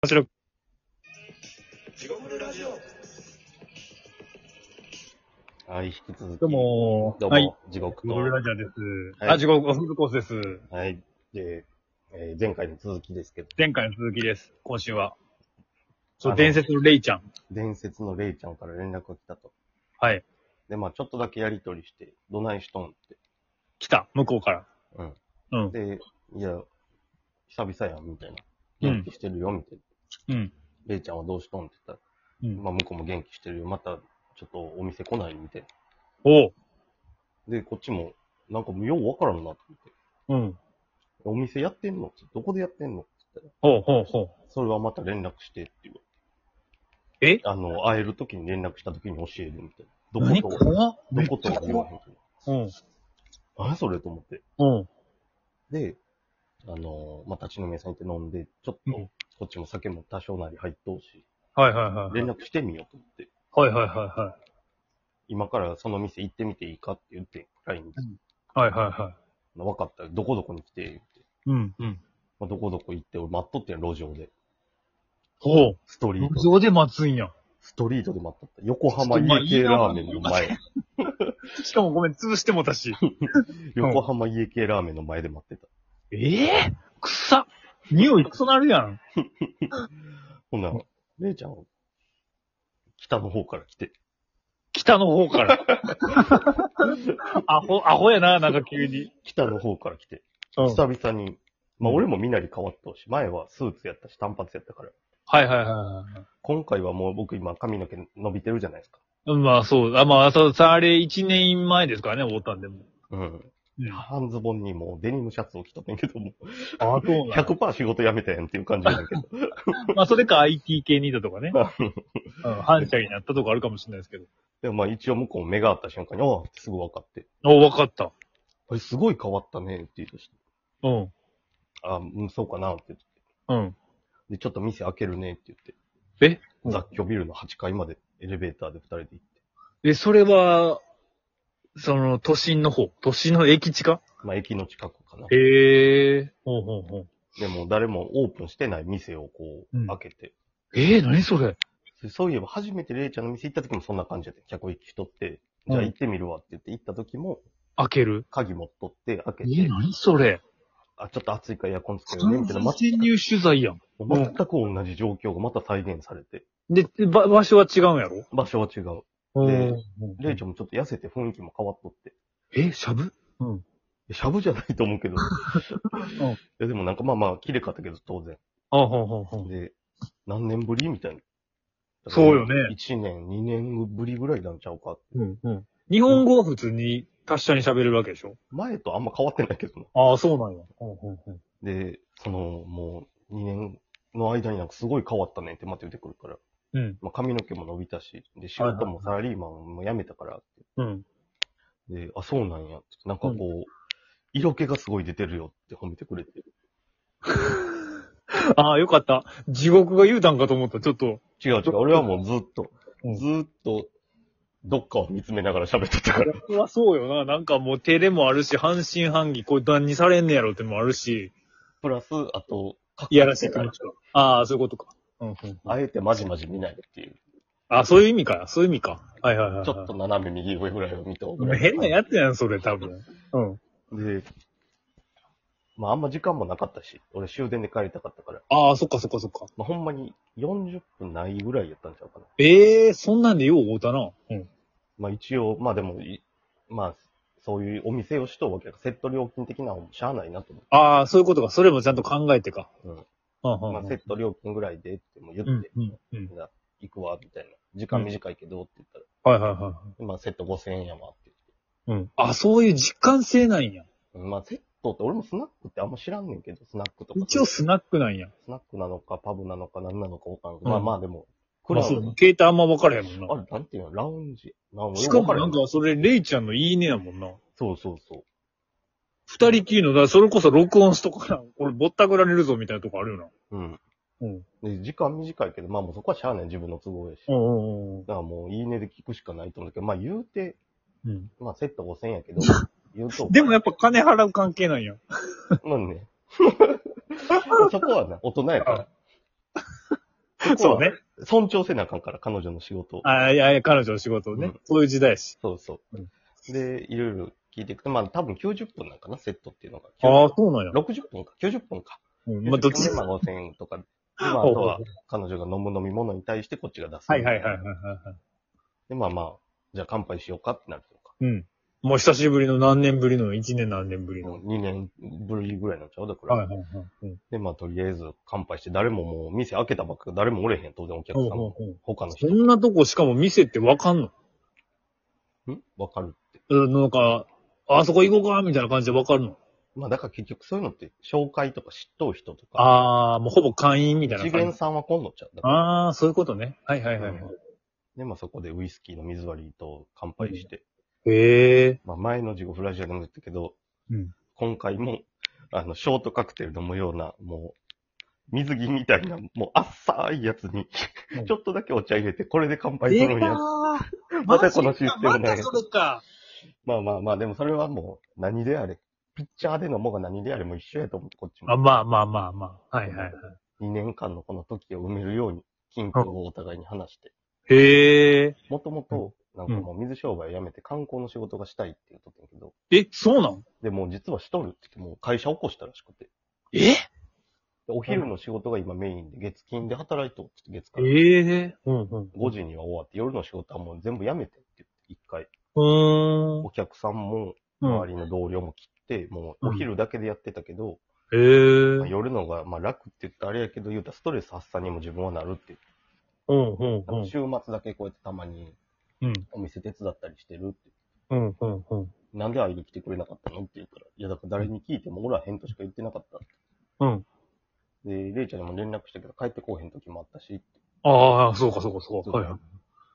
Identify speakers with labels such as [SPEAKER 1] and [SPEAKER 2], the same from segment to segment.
[SPEAKER 1] 面白く。
[SPEAKER 2] ジゴフルラジオ。
[SPEAKER 3] はい、引き続き。
[SPEAKER 1] どう。も、
[SPEAKER 3] どう
[SPEAKER 1] はい
[SPEAKER 3] も、。地獄
[SPEAKER 1] ゴ
[SPEAKER 3] と。
[SPEAKER 1] ブルラジャーです。
[SPEAKER 3] はい
[SPEAKER 1] あ、地獄ゴフルコースです。
[SPEAKER 3] はい。で、えー前回の続きですけど、
[SPEAKER 1] 前回の続きです。今週は。そ
[SPEAKER 3] あ
[SPEAKER 1] う、
[SPEAKER 3] の
[SPEAKER 1] 伝説のレイちゃん。
[SPEAKER 3] 伝説のレイちゃんから連絡が来たと。
[SPEAKER 1] はい。
[SPEAKER 3] で、まあちょっとだけやりとりして、どないしとんって。
[SPEAKER 1] 来た、向こうから。
[SPEAKER 3] うん。
[SPEAKER 1] うん。
[SPEAKER 3] で、いや、久々やん、みたいな。
[SPEAKER 1] うん
[SPEAKER 3] 元気してるよ、みたいな。
[SPEAKER 1] うん。
[SPEAKER 3] レイちゃんはどうしとんって言
[SPEAKER 1] う
[SPEAKER 3] ったら、
[SPEAKER 1] ん。
[SPEAKER 3] まあ向こうも元気してるよ。また、ちょっとお店来ない、みたい
[SPEAKER 1] おう。
[SPEAKER 3] な。で、こっちも、なんかもうようわからんなって言って。
[SPEAKER 1] うん。
[SPEAKER 3] お店やってんのどこでやってんのって言ったら、
[SPEAKER 1] ほうほうほう。
[SPEAKER 3] それはまた連絡してって言うわ
[SPEAKER 1] え
[SPEAKER 3] あの、会えるときに連絡したときに教えるみたいな。
[SPEAKER 1] 何
[SPEAKER 3] どこと、
[SPEAKER 1] 怖っめっ
[SPEAKER 3] どこと
[SPEAKER 1] ちゃ
[SPEAKER 3] は言わ
[SPEAKER 1] 怖
[SPEAKER 3] へ
[SPEAKER 1] っ
[SPEAKER 3] んけど。
[SPEAKER 1] うん。
[SPEAKER 3] 何それと思って。
[SPEAKER 1] うん。
[SPEAKER 3] で、あの、まあ、立ち飲み屋さん行って飲んで、ちょっ
[SPEAKER 1] うん
[SPEAKER 3] と、こっちも酒も多少なり入っとうし、
[SPEAKER 1] はいはいはい。
[SPEAKER 3] 連絡してみようと思って。
[SPEAKER 1] はいはいはいは
[SPEAKER 3] 今からその店行ってみていいかって言って、LINE で。
[SPEAKER 1] い。はいはいは
[SPEAKER 3] 分かった。どこどこに来て、って。
[SPEAKER 1] い。うん。うん。
[SPEAKER 3] まあ、どこどこ行って、俺待っとってん、路上で。
[SPEAKER 1] ほう。
[SPEAKER 3] ストリー
[SPEAKER 1] 路
[SPEAKER 3] ト。
[SPEAKER 1] 上で待つんや。
[SPEAKER 3] ストリートで待っとった。横浜
[SPEAKER 1] ちょっとまあ
[SPEAKER 3] 家系ラーメンの前。
[SPEAKER 1] しかもごめん、潰してもたし。
[SPEAKER 3] 横浜家系ラーメンの前で待ってた。
[SPEAKER 1] ええ臭っ匂いクソなるやん。
[SPEAKER 3] ほんなら、姉ちゃん、北の方から来て。
[SPEAKER 1] 北の方 から。アホ、アホやな、なんか急に。
[SPEAKER 3] 北の方から来て。
[SPEAKER 1] うん。
[SPEAKER 3] 久々に。まあ
[SPEAKER 1] うん
[SPEAKER 3] 俺も身なり変わったし、前はスーツやったし短髪やったから。
[SPEAKER 1] はいはいはいはい
[SPEAKER 3] 今回はもう僕今髪の毛伸びてるじゃないですか。
[SPEAKER 1] うん。まあそう。あまあ、そう、さあれ1年前ですからね、おったんでも。
[SPEAKER 3] うん。
[SPEAKER 1] あ
[SPEAKER 3] 半ズボンにもうデニムシャツを着とってんけども、
[SPEAKER 1] あ、そうなんだ。
[SPEAKER 3] 100%仕事辞めたやんっていう感じやねん けど。
[SPEAKER 1] まあそれか IT 系にいたとかね。うん、反社になったとかあるかもしれないですけど。
[SPEAKER 3] でもまあ一応向こうも目が合った瞬間に、ああ、すぐ分かって。
[SPEAKER 1] お、わかった。
[SPEAKER 3] あれすごい変わったねって言うとして。
[SPEAKER 1] うん。
[SPEAKER 3] ああ、うんそうかなって言って。
[SPEAKER 1] うん。
[SPEAKER 3] で、ちょっと店開けるねって言って。
[SPEAKER 1] え
[SPEAKER 3] 雑居ビルの8階までエレベーターで2人で行って。
[SPEAKER 1] え、それは、その、都心の方。都心の駅地下
[SPEAKER 3] まあ駅の近くかな。
[SPEAKER 1] へえ。ほうほうほう。
[SPEAKER 3] でも誰もオープンしてない店をこ
[SPEAKER 1] うん
[SPEAKER 3] う、開けて。
[SPEAKER 1] ええ何それ
[SPEAKER 3] でそういえば初めてレイちゃんの店行った時もそんな感じやった。客引きしとって、
[SPEAKER 1] うん
[SPEAKER 3] じゃあ行ってみるわって言って行った時も、
[SPEAKER 1] 開ける
[SPEAKER 3] 鍵持っとって開け
[SPEAKER 1] え
[SPEAKER 3] て、
[SPEAKER 1] 何それ
[SPEAKER 3] あ、ちょっと暑いからエアコンつけようね、
[SPEAKER 1] 完
[SPEAKER 3] みたいな。
[SPEAKER 1] 全
[SPEAKER 3] ま
[SPEAKER 1] 潜入取材やん。
[SPEAKER 3] 全く同じ状況がまた再現されて、
[SPEAKER 1] で、ば場所は違うんやろ
[SPEAKER 3] 場所は違う。
[SPEAKER 1] うん
[SPEAKER 3] レイちゃんもちょっと痩せて雰囲気も変わっとって。
[SPEAKER 1] え、しゃぶうん。
[SPEAKER 3] しゃぶじゃないと思うけど。いやでもなんかまあまあ、綺麗かったけど、当然。
[SPEAKER 1] あ、ほうほうほう。
[SPEAKER 3] で、何年ぶりみたいな。
[SPEAKER 1] そうよね
[SPEAKER 3] 1年、2年ぶりぐらいなんちゃうか。
[SPEAKER 1] うんうん。日本語は普通に達者に喋れるわけでしょ
[SPEAKER 3] 前とあんま変わってないけどな。
[SPEAKER 1] ああ、そうなんや。うんうんうん。
[SPEAKER 3] で、その、もう、2年の間になんかすごい変わったねってまた言ってくるから。
[SPEAKER 1] うん。
[SPEAKER 3] まあ、髪の毛も伸びたし、で、仕事もサラリーマンも辞めたからって。
[SPEAKER 1] うん。
[SPEAKER 3] で、あ、そうなんやって。なんかこう、色気がすごい出てるよって褒めてくれて。
[SPEAKER 1] ああ、よかった。地獄が言うたんかと思った。ちょっと。
[SPEAKER 3] 違う違う、俺はもうずっと、
[SPEAKER 1] うん
[SPEAKER 3] ずーっと、どっかを見つめながら喋っとったから。
[SPEAKER 1] 僕はそうよな。なんかもう照れもあるし、半信半疑、これ何にされんねやろってのもあるし、
[SPEAKER 3] プラス、あと、
[SPEAKER 1] いやらしい気持ちか。ああ、そういうことか。うんうん。
[SPEAKER 3] あえてまじまじ見ないっていう。
[SPEAKER 1] あそういう意味か。そういう意味か。はいはいはいはい。
[SPEAKER 3] ちょっと斜め右上ぐらいを見と
[SPEAKER 1] もう変なやつやん、それ多分。うん。
[SPEAKER 3] で、まああんま時間もなかったし、俺終電で帰りたかったから、
[SPEAKER 1] ああ、そっかそっかそっか。
[SPEAKER 3] まあほんまに40分ないぐらいやったんちゃうかな。
[SPEAKER 1] ええそんなんでよう会うたな。うん。
[SPEAKER 3] まあ一応、まあでもい、まあ、そういうお店をしとうわけだから、セット料金的なのもしゃあないなと思って、
[SPEAKER 1] ああ、そういうことか。それもちゃんと考えてか。
[SPEAKER 3] うん
[SPEAKER 1] うんうん
[SPEAKER 3] まあセット料金ぐらいでっても言
[SPEAKER 1] うん
[SPEAKER 3] って、
[SPEAKER 1] うんうん。
[SPEAKER 3] 行くわ、みたいな。時間短いけどって言ったら、
[SPEAKER 1] はいはいはい。
[SPEAKER 3] まあセット5000円やわって
[SPEAKER 1] うん。あ、そういう実感性なんや。
[SPEAKER 3] 言って。まあセットって、俺もスナックってあんま知らんねんけど、スナックとか。
[SPEAKER 1] 一応
[SPEAKER 3] ス
[SPEAKER 1] スナックなんや。
[SPEAKER 3] ナックなのかパブなのか何なのかわからん
[SPEAKER 1] うん
[SPEAKER 3] けど、まあまあでも、ク
[SPEAKER 1] ま
[SPEAKER 3] ラ
[SPEAKER 1] あ、
[SPEAKER 3] ブ
[SPEAKER 1] そう。携帯あんま分からへんも
[SPEAKER 3] あ
[SPEAKER 1] ん
[SPEAKER 3] れ、なんていうのラウンジ。なん
[SPEAKER 1] な。しかも
[SPEAKER 3] 俺
[SPEAKER 1] なん
[SPEAKER 3] 分ら
[SPEAKER 1] か、それ、レイちゃんのいいねやもんな。
[SPEAKER 3] そうそうそう。
[SPEAKER 1] 二人きりの、だからそれこそ録音しとかな。俺、ぼったくられるぞみたいなとこあるよ
[SPEAKER 3] うん。
[SPEAKER 1] な。
[SPEAKER 3] で、時間短いけど、まあもうそこはしゃあない。自分の都合やし。
[SPEAKER 1] う
[SPEAKER 3] だ
[SPEAKER 1] ん。うん。
[SPEAKER 3] からもう、いいねで聞くしかないと思うけど、まあ言うて、
[SPEAKER 1] うん。
[SPEAKER 3] まあセット5000円や けど、言うと。
[SPEAKER 1] でもやっぱ金払う関係なん や。
[SPEAKER 3] なんね。そこはな、大人やから。
[SPEAKER 1] そうね。
[SPEAKER 3] 尊重せなあかんから、彼女の仕事を。
[SPEAKER 1] あいやいや、彼女の仕事をね、
[SPEAKER 3] うん
[SPEAKER 1] そういう時代やし。
[SPEAKER 3] そうそうう。で、いろいろ聞いていくと、まあ多分90分なんかな、セットっていうのが。
[SPEAKER 1] ああ、そうなんや。
[SPEAKER 3] 60分か、90分か。
[SPEAKER 1] うん、まあ、どっち
[SPEAKER 3] でまあ5000円 とか。でまあ、あ
[SPEAKER 1] ほう
[SPEAKER 3] と
[SPEAKER 1] ほう
[SPEAKER 3] は彼女が飲む飲み物に対してこっちが出す。
[SPEAKER 1] はいはいはいはいはい。
[SPEAKER 3] で、まあまあ、じゃあ乾杯しようかってなるとか。
[SPEAKER 1] うん。もう久しぶりの何年ぶりの、1年何年ぶりの。
[SPEAKER 3] 2年ぶりぐらいなんちゃうだから。
[SPEAKER 1] はいはいはい。うん
[SPEAKER 3] で、まあとりあえず乾杯して、誰ももう店開けたばっか誰もおれへん、当然お客
[SPEAKER 1] ほ
[SPEAKER 3] さ
[SPEAKER 1] うんほう
[SPEAKER 3] も。
[SPEAKER 1] ほう
[SPEAKER 3] 他の
[SPEAKER 1] そ
[SPEAKER 3] 人。ん
[SPEAKER 1] んなとこしかも店ってわかんの
[SPEAKER 3] わかるって。
[SPEAKER 1] うんなんか、あそこ行こうかみたいな感じでわかるの
[SPEAKER 3] まあだから結局そういうのって、紹介とか知っとう人とか。
[SPEAKER 1] ああ、もうほぼ会員みたい
[SPEAKER 3] 一
[SPEAKER 1] な感
[SPEAKER 3] 元
[SPEAKER 1] じ。
[SPEAKER 3] さんは今度ちゃう。だから
[SPEAKER 1] ああ、そういうことね。はいはいはい。はい
[SPEAKER 3] うんで、まあそこでウイスキーの水割りと乾杯して、
[SPEAKER 1] へえ。
[SPEAKER 3] まあ前の地獄ラジオでも言ったけど、
[SPEAKER 1] うん
[SPEAKER 3] 今回も、あの、ショートカクテル飲むような、もう、水着みたいな、もう、あっさいやつに
[SPEAKER 1] うん、
[SPEAKER 3] ちょっとだけお茶入れて、これで乾杯
[SPEAKER 1] 出
[SPEAKER 3] す
[SPEAKER 1] た
[SPEAKER 3] るん
[SPEAKER 1] ー
[SPEAKER 3] や。またこのシステムね
[SPEAKER 1] マジかまたそれか。
[SPEAKER 3] まあまあまあ、でもそれはもう、何であれ、ピッチャーでのもが何であれも一緒やと思う、こっち
[SPEAKER 1] あ
[SPEAKER 3] も。
[SPEAKER 1] まあまあまあまあ。はいはいはい。
[SPEAKER 3] 2年間のこの時を埋めるように、近況をお互いに話して。
[SPEAKER 1] へえ。
[SPEAKER 3] もともと、なんかもう水商売をやめて観光の仕事がしたいって言うとったんやけど、
[SPEAKER 1] え、そうなん
[SPEAKER 3] で、もう実はしとるって言って、もう会社起こしたらしくて。
[SPEAKER 1] え
[SPEAKER 3] でお昼の仕事が今メインで、月金で働いとって、月から。
[SPEAKER 1] ええ。うんうん。
[SPEAKER 3] 5時には終わって、夜の仕事はもう全部やめてって言って、一回。
[SPEAKER 1] うーん。
[SPEAKER 3] お客さんも、
[SPEAKER 1] うん
[SPEAKER 3] 周りの同僚も切って、もうお昼だけでやってたけど、
[SPEAKER 1] へえ
[SPEAKER 3] まあ。夜のがまあ楽って言ったらあれやけど、言うたらストレス発散にも自分はなるって。
[SPEAKER 1] うんうんうん。
[SPEAKER 3] 週末だけこうやってたまに
[SPEAKER 1] うん
[SPEAKER 3] お店手伝ったりしてるって。
[SPEAKER 1] うんうんうん。
[SPEAKER 3] なんで会いに来てくれなかったのって言うから、いやだから誰に聞いてもおらへんとしか言ってなかった。
[SPEAKER 1] うん。
[SPEAKER 3] で、レイちゃんにも連絡したけど帰ってこうへん時もあったしって。
[SPEAKER 1] ああ、そうかそうかそうか。はいはい。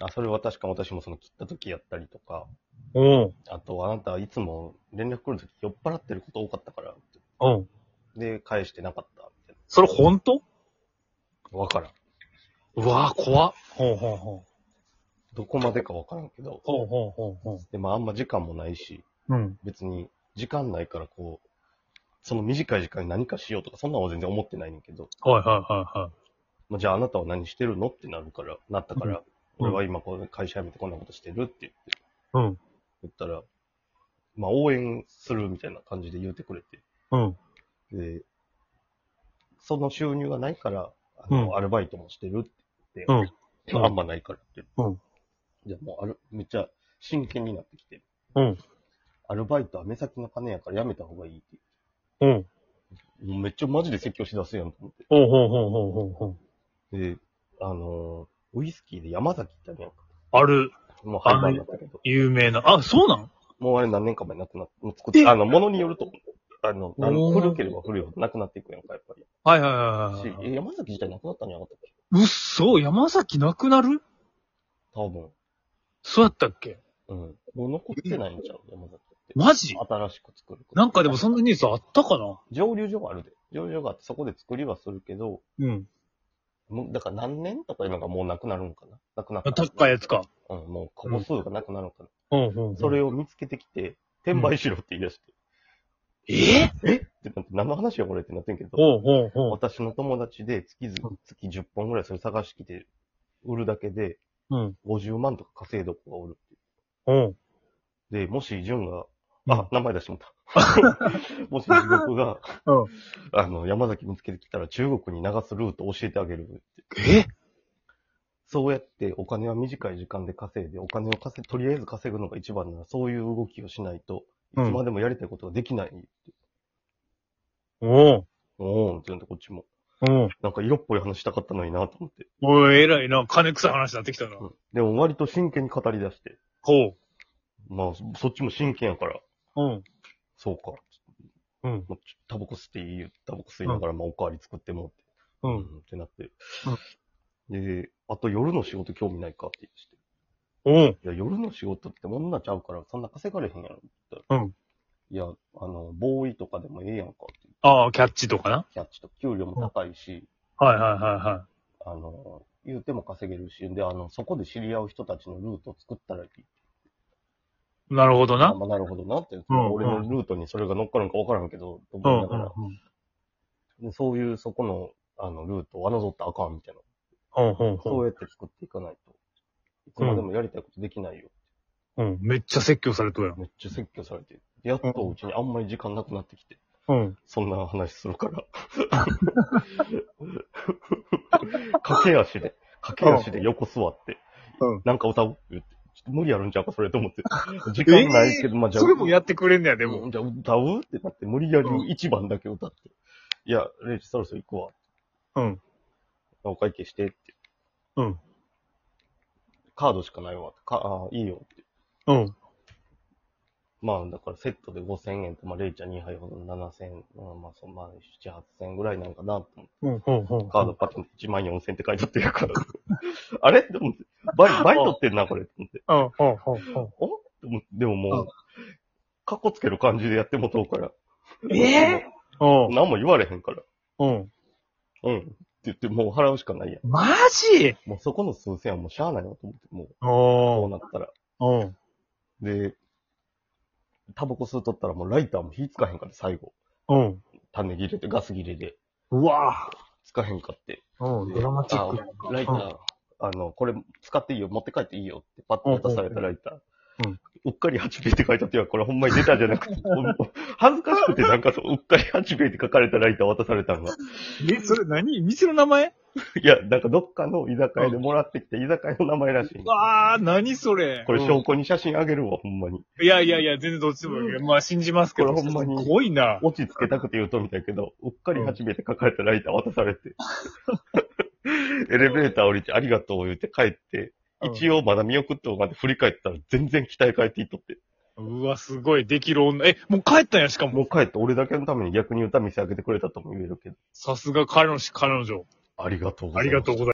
[SPEAKER 3] あ、それは確か私もその切った時やったりとか、
[SPEAKER 1] うん。
[SPEAKER 3] あとあなたいつも連絡来る時酔っ払ってること多かったから、
[SPEAKER 1] うん。
[SPEAKER 3] で、返してなかったみたい
[SPEAKER 1] それ本当
[SPEAKER 3] な。わからん。
[SPEAKER 1] うわあ、怖っ。ほうほうほう。
[SPEAKER 3] どこまでかわからんけど、
[SPEAKER 1] ほうほうほうほ
[SPEAKER 3] でもあんま時間もないし、
[SPEAKER 1] う。うん。
[SPEAKER 3] 別に時間ないからこう、その短い時間に何かしようとか、そんなんは全然思ってないねんけど、
[SPEAKER 1] はいはいはいはい。
[SPEAKER 3] まあ、じゃああなたは何してるのってなるから、なったから、俺は今こう会社辞めてこんなことしてるって言って、
[SPEAKER 1] うん。
[SPEAKER 3] 言ったら、まあ応援するみたいな感じで言うてくれて、
[SPEAKER 1] うん。
[SPEAKER 3] で、その収入がないから、あの、
[SPEAKER 1] うん
[SPEAKER 3] アルバイトもしてるって言
[SPEAKER 1] う
[SPEAKER 3] っ
[SPEAKER 1] ん。
[SPEAKER 3] て、あんまないからって。
[SPEAKER 1] うん
[SPEAKER 3] じゃあもうある、めっちゃ真剣になってきて、
[SPEAKER 1] うん。
[SPEAKER 3] アルバイトは目先の金やから辞めた方がいいって。
[SPEAKER 1] うん。
[SPEAKER 3] もうめっちゃマジで説教しだすやんと思って。
[SPEAKER 1] ほうほうほうほうほうほう。
[SPEAKER 3] で、あのーウイスキーで山崎ってあるやんか。
[SPEAKER 1] ある、
[SPEAKER 3] もう廃盤になったけど。
[SPEAKER 1] 有名な。あ、そうなん
[SPEAKER 3] もうあれ何年か前になってな、もう作っ
[SPEAKER 1] え
[SPEAKER 3] て、あの、ものによると、あの、あの
[SPEAKER 1] おー
[SPEAKER 3] 古ければ古いほどなくなっていくやんか、やっぱり。
[SPEAKER 1] はいはいはいは
[SPEAKER 3] しえ、
[SPEAKER 1] い。
[SPEAKER 3] 山崎自体なくなったんやなかったっけ
[SPEAKER 1] うっそ、山崎なくなる
[SPEAKER 3] 多分。
[SPEAKER 1] そうやったっけ
[SPEAKER 3] うん。もう残ってないんちゃう山崎って。
[SPEAKER 1] マジ
[SPEAKER 3] 新しく作る。
[SPEAKER 1] なんかでもそんなニュースあったかな
[SPEAKER 3] 蒸留所があるで。蒸留所があって、そこで作りはするけど、
[SPEAKER 1] うん。
[SPEAKER 3] もう、だから何年とかいうのがもうなくなるんかな。なくなった。
[SPEAKER 1] 高いやつか。
[SPEAKER 3] うん、もう個数がなくなるんかな。
[SPEAKER 1] うんうんうん。
[SPEAKER 3] それ
[SPEAKER 1] を。
[SPEAKER 3] を見つけてきて、転売しろって言い出して。
[SPEAKER 1] え
[SPEAKER 3] ってなって、何の話よこれってなってんけど、
[SPEAKER 1] ほうほうほう。
[SPEAKER 3] 私の友達で月々
[SPEAKER 1] うん、
[SPEAKER 3] 月10本ぐらいそれ探してきて、売るだけで
[SPEAKER 1] うん。
[SPEAKER 3] 50万とか稼いどこがおるっ
[SPEAKER 1] うん。
[SPEAKER 3] ていう。で、もし純が、
[SPEAKER 1] うん
[SPEAKER 3] あ、名前出してもう た。もし僕が、
[SPEAKER 1] うん
[SPEAKER 3] あの、山崎見つけてきたら中国に流すルート教えてあげるって。
[SPEAKER 1] え
[SPEAKER 3] そうやってお金は短い時間で稼いで、お金を稼い、とりあえず稼ぐのが一番なら、そういう動きをしないと、いつ
[SPEAKER 1] うん
[SPEAKER 3] までもやりたいことができないって。
[SPEAKER 1] おう。
[SPEAKER 3] おーんって言うんで、こっちも。
[SPEAKER 1] うん。
[SPEAKER 3] なんか色っぽい話したかったのになと思って。
[SPEAKER 1] おい、偉いな。金臭い話になってきたな。
[SPEAKER 3] うんでも割と真剣に語り出して。
[SPEAKER 1] ほう。
[SPEAKER 3] まあ、そそっちも真剣やから、
[SPEAKER 1] うん。
[SPEAKER 3] そうか。
[SPEAKER 1] うん。
[SPEAKER 3] もうちょタバコ吸っていいよ。タバコ吸いながら、まあ、おかわり作ってもって。
[SPEAKER 1] う。
[SPEAKER 3] うんってなって。で、あと夜の仕事興味ないかって言い出して。
[SPEAKER 1] うん。
[SPEAKER 3] いや、夜の仕事って女ちゃうから、そんな稼がれへんやろって言ったら。
[SPEAKER 1] うん。
[SPEAKER 3] いや、あの、ボーイとかでもええやんかって。
[SPEAKER 1] ああ、キャッチとかな。
[SPEAKER 3] キャッチと給料も高いし、
[SPEAKER 1] はいはいはいはい。
[SPEAKER 3] あの、言うても稼げるし、で、あの、そこで知り合う人たちのルートを作ったらいい。
[SPEAKER 1] なるほど
[SPEAKER 3] あ、
[SPEAKER 1] な。
[SPEAKER 3] まあ、なるほどなって、
[SPEAKER 1] うん
[SPEAKER 3] 俺のルートにそれが乗っかるんか分からんけど、と思いながら、でそういうそこのあのルートを侮ったらあかんみたいな。
[SPEAKER 1] うん、うん、。
[SPEAKER 3] そううんやって作っていかないと。いつまでもやりたいことできないよ。
[SPEAKER 1] うん、めっちゃ説教されとるやん。
[SPEAKER 3] めっちゃ説教されて。やっとうちにあんまり時間なくなってきて。
[SPEAKER 1] うん。
[SPEAKER 3] そんな話するから。駆け足で、駆け足で横座って、
[SPEAKER 1] うん。
[SPEAKER 3] なんか歌おうって言って。ちょっと無理あるんちゃうか、それ と思って。時間ないけど、まあじゃあ。
[SPEAKER 1] それもやってくれんねや、で
[SPEAKER 3] う
[SPEAKER 1] も。
[SPEAKER 3] んじゃあ歌うってなって、無理やり
[SPEAKER 1] うん
[SPEAKER 3] 一番だけ歌って。いや、レイジそろそろ行くわ。
[SPEAKER 1] うん。
[SPEAKER 3] お会計してって。
[SPEAKER 1] うん。
[SPEAKER 3] カードしかないわ。かああ、いいよって。
[SPEAKER 1] うん。
[SPEAKER 3] まあ、だからセットで5000円と、まあ、レイちゃん2杯ほど7000円、うんまあ、そんまあ、7、8000円ぐらいなんかなと思って。
[SPEAKER 1] うん、うん、うん。
[SPEAKER 3] カードパッと1万4000って書いてあってやから。あれと思って。倍、倍取ってんな、これ。と思って。
[SPEAKER 1] うん、うん、うん、
[SPEAKER 3] おと思ってでもも
[SPEAKER 1] う
[SPEAKER 3] う、かっこつける感じでやってもとうから。
[SPEAKER 1] えうん。
[SPEAKER 3] 何も言われへんから。
[SPEAKER 1] うん。
[SPEAKER 3] うん。って言って、もう払うしかないやん。
[SPEAKER 1] マジ
[SPEAKER 3] もうそこの数千円はもうしゃあないわと思って、もう、こ
[SPEAKER 1] お
[SPEAKER 3] う
[SPEAKER 1] ー。
[SPEAKER 3] なったら。
[SPEAKER 1] うん。
[SPEAKER 3] で、タバコ吸うとったらもうライターも火つかへんから、最後。
[SPEAKER 1] うん。
[SPEAKER 3] 種切れて、ガス切れで、
[SPEAKER 1] うわ
[SPEAKER 3] つかへんかって。
[SPEAKER 1] ぁ。うん、
[SPEAKER 3] で
[SPEAKER 1] ドラマチック
[SPEAKER 3] あライター、あの、これ使っていいよ、持って帰っていいよって、パッと渡されたライター。
[SPEAKER 1] うんう
[SPEAKER 3] うっかり 8B って書いたって、いやこれほんまに出たじゃなく て、ほんま恥ずかしくてなんかそう、うっかり 8B って書かれたライター渡されたんが。
[SPEAKER 1] え、それ何店の名前
[SPEAKER 3] いや、なんかどっかの居酒屋でもらってきた居酒屋の名前らしい。
[SPEAKER 1] わぁ、何それ。
[SPEAKER 3] これ証拠に写真あげるわ、ほんまに。
[SPEAKER 1] うんいやいやいや、全然どっちでもいい。まあ、信じますけど。
[SPEAKER 3] これほんまに
[SPEAKER 1] すごいな。
[SPEAKER 3] 落ちつけたくて言うとみたいやけど、うっかり初めて書かれたライター渡され て。エレベーター降りてありがとう言って帰って、一
[SPEAKER 1] 応。
[SPEAKER 3] 応まだ見送っておかんで振り返ったら全然期待変えていっとって。
[SPEAKER 1] うわ、すごい。できる女。え、もう帰ったんや、しか
[SPEAKER 3] も
[SPEAKER 1] も
[SPEAKER 3] う。帰って俺だけのために逆に歌見せ上げてくれたとも言えるけど。
[SPEAKER 1] さすが彼のし、彼女。
[SPEAKER 3] ありがとうござ
[SPEAKER 1] あ
[SPEAKER 3] い
[SPEAKER 1] り
[SPEAKER 3] ま
[SPEAKER 1] が
[SPEAKER 3] した
[SPEAKER 1] とうございます。